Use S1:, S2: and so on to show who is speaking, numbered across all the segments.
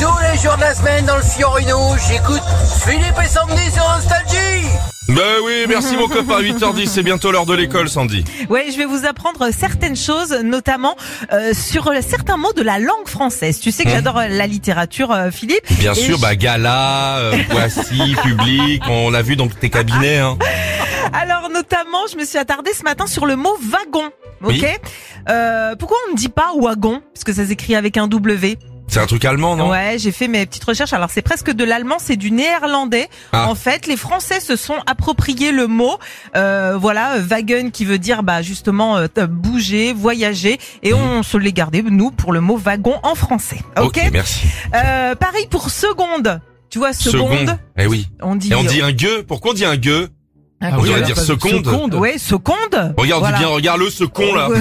S1: Tous les jours de la semaine dans le Fiorino, j'écoute Philippe et Sandy sur Nostalgie
S2: Bah oui, merci mon copain, 8h10, c'est bientôt l'heure de l'école Sandy.
S3: Ouais, je vais vous apprendre certaines choses, notamment euh, sur certains mots de la langue française. Tu
S2: Mmh.
S3: sais que j'adore euh, la littérature, euh, Philippe.
S2: Bien
S3: Et
S2: sûr,
S3: je-
S2: bah gala, euh, Poissy, public, on l'a vu dans tes cabinets. Hein.
S3: Alors, notamment, je me suis attardée ce matin sur le mot wagon. Ok.
S2: Oui.
S3: Euh, pourquoi on ne dit pas wagon parce que ça s'écrit avec un W
S2: C'est un truc allemand, non
S3: Ouais, j'ai fait mes petites recherches. Alors c'est presque de l'allemand, c'est du néerlandais.
S2: Ah.
S3: En fait, les Français se sont appropriés le mot. Euh, voilà, euh, wagon qui veut dire bah justement euh, t- bouger, voyager,
S2: Mmh.
S3: et on se l'est gardé nous pour le mot wagon en français. Ok.
S2: merci.
S3: Euh, pareil pour seconde. Tu vois seconde.
S2: Seconde. Eh oui.
S3: On dit.
S2: Et on dit un gueux, pourquoi on dit un gueux
S3: Ah,
S2: On
S3: oui,
S2: devrait
S3: alors-
S2: dire seconde.
S3: Ouais, seconde.
S2: Regarde,
S3: Voilà.
S2: dis bien, regarde le ce con là.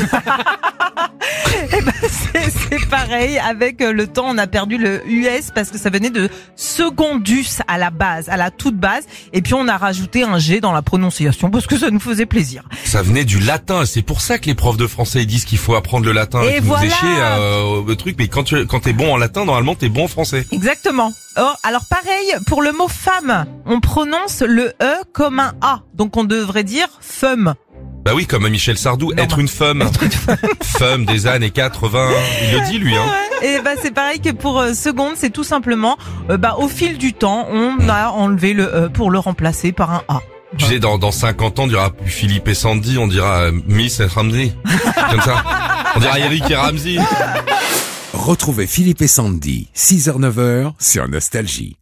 S3: Eh ben, c'est- c'est pareil. Avec euh, le temps, on a perdu le US parce que ça venait de secondus à la base, à la toute base. Et puis on a rajouté un G dans la prononciation parce que ça nous faisait plaisir.
S2: Ça venait du latin, c'est pour ça que les profs de français ils disent qu'il faut apprendre le latin.
S3: Et
S2: qu'ils nous faisaient
S3: voilà.
S2: chier, euh, le truc, mais quand tu quand t'es bon en latin, normalement t'es bon en français.
S3: Exactement. Or, alors pareil pour le mot femme, on prononce le e comme un a, donc on devrait dire femme.
S2: Bah oui, comme Michel Sardou,
S3: Non,
S2: être
S3: bah-
S2: une femme. femme des années 80, il le dit lui. Hein.
S3: Et bah c'est pareil que pour euh, seconde, c'est tout simplement, euh, bah au fil du temps, on a enlevé le e pour le remplacer par un a.
S2: Tu sais, dans, dans 50 ans, on dira plus Philippe et Sandy, on dira euh, Miss et Ramsey. Comme ça. On dira Eric et Ramsey.
S4: Retrouvez Philippe et Sandy, 6h-9h sur Nostalgie.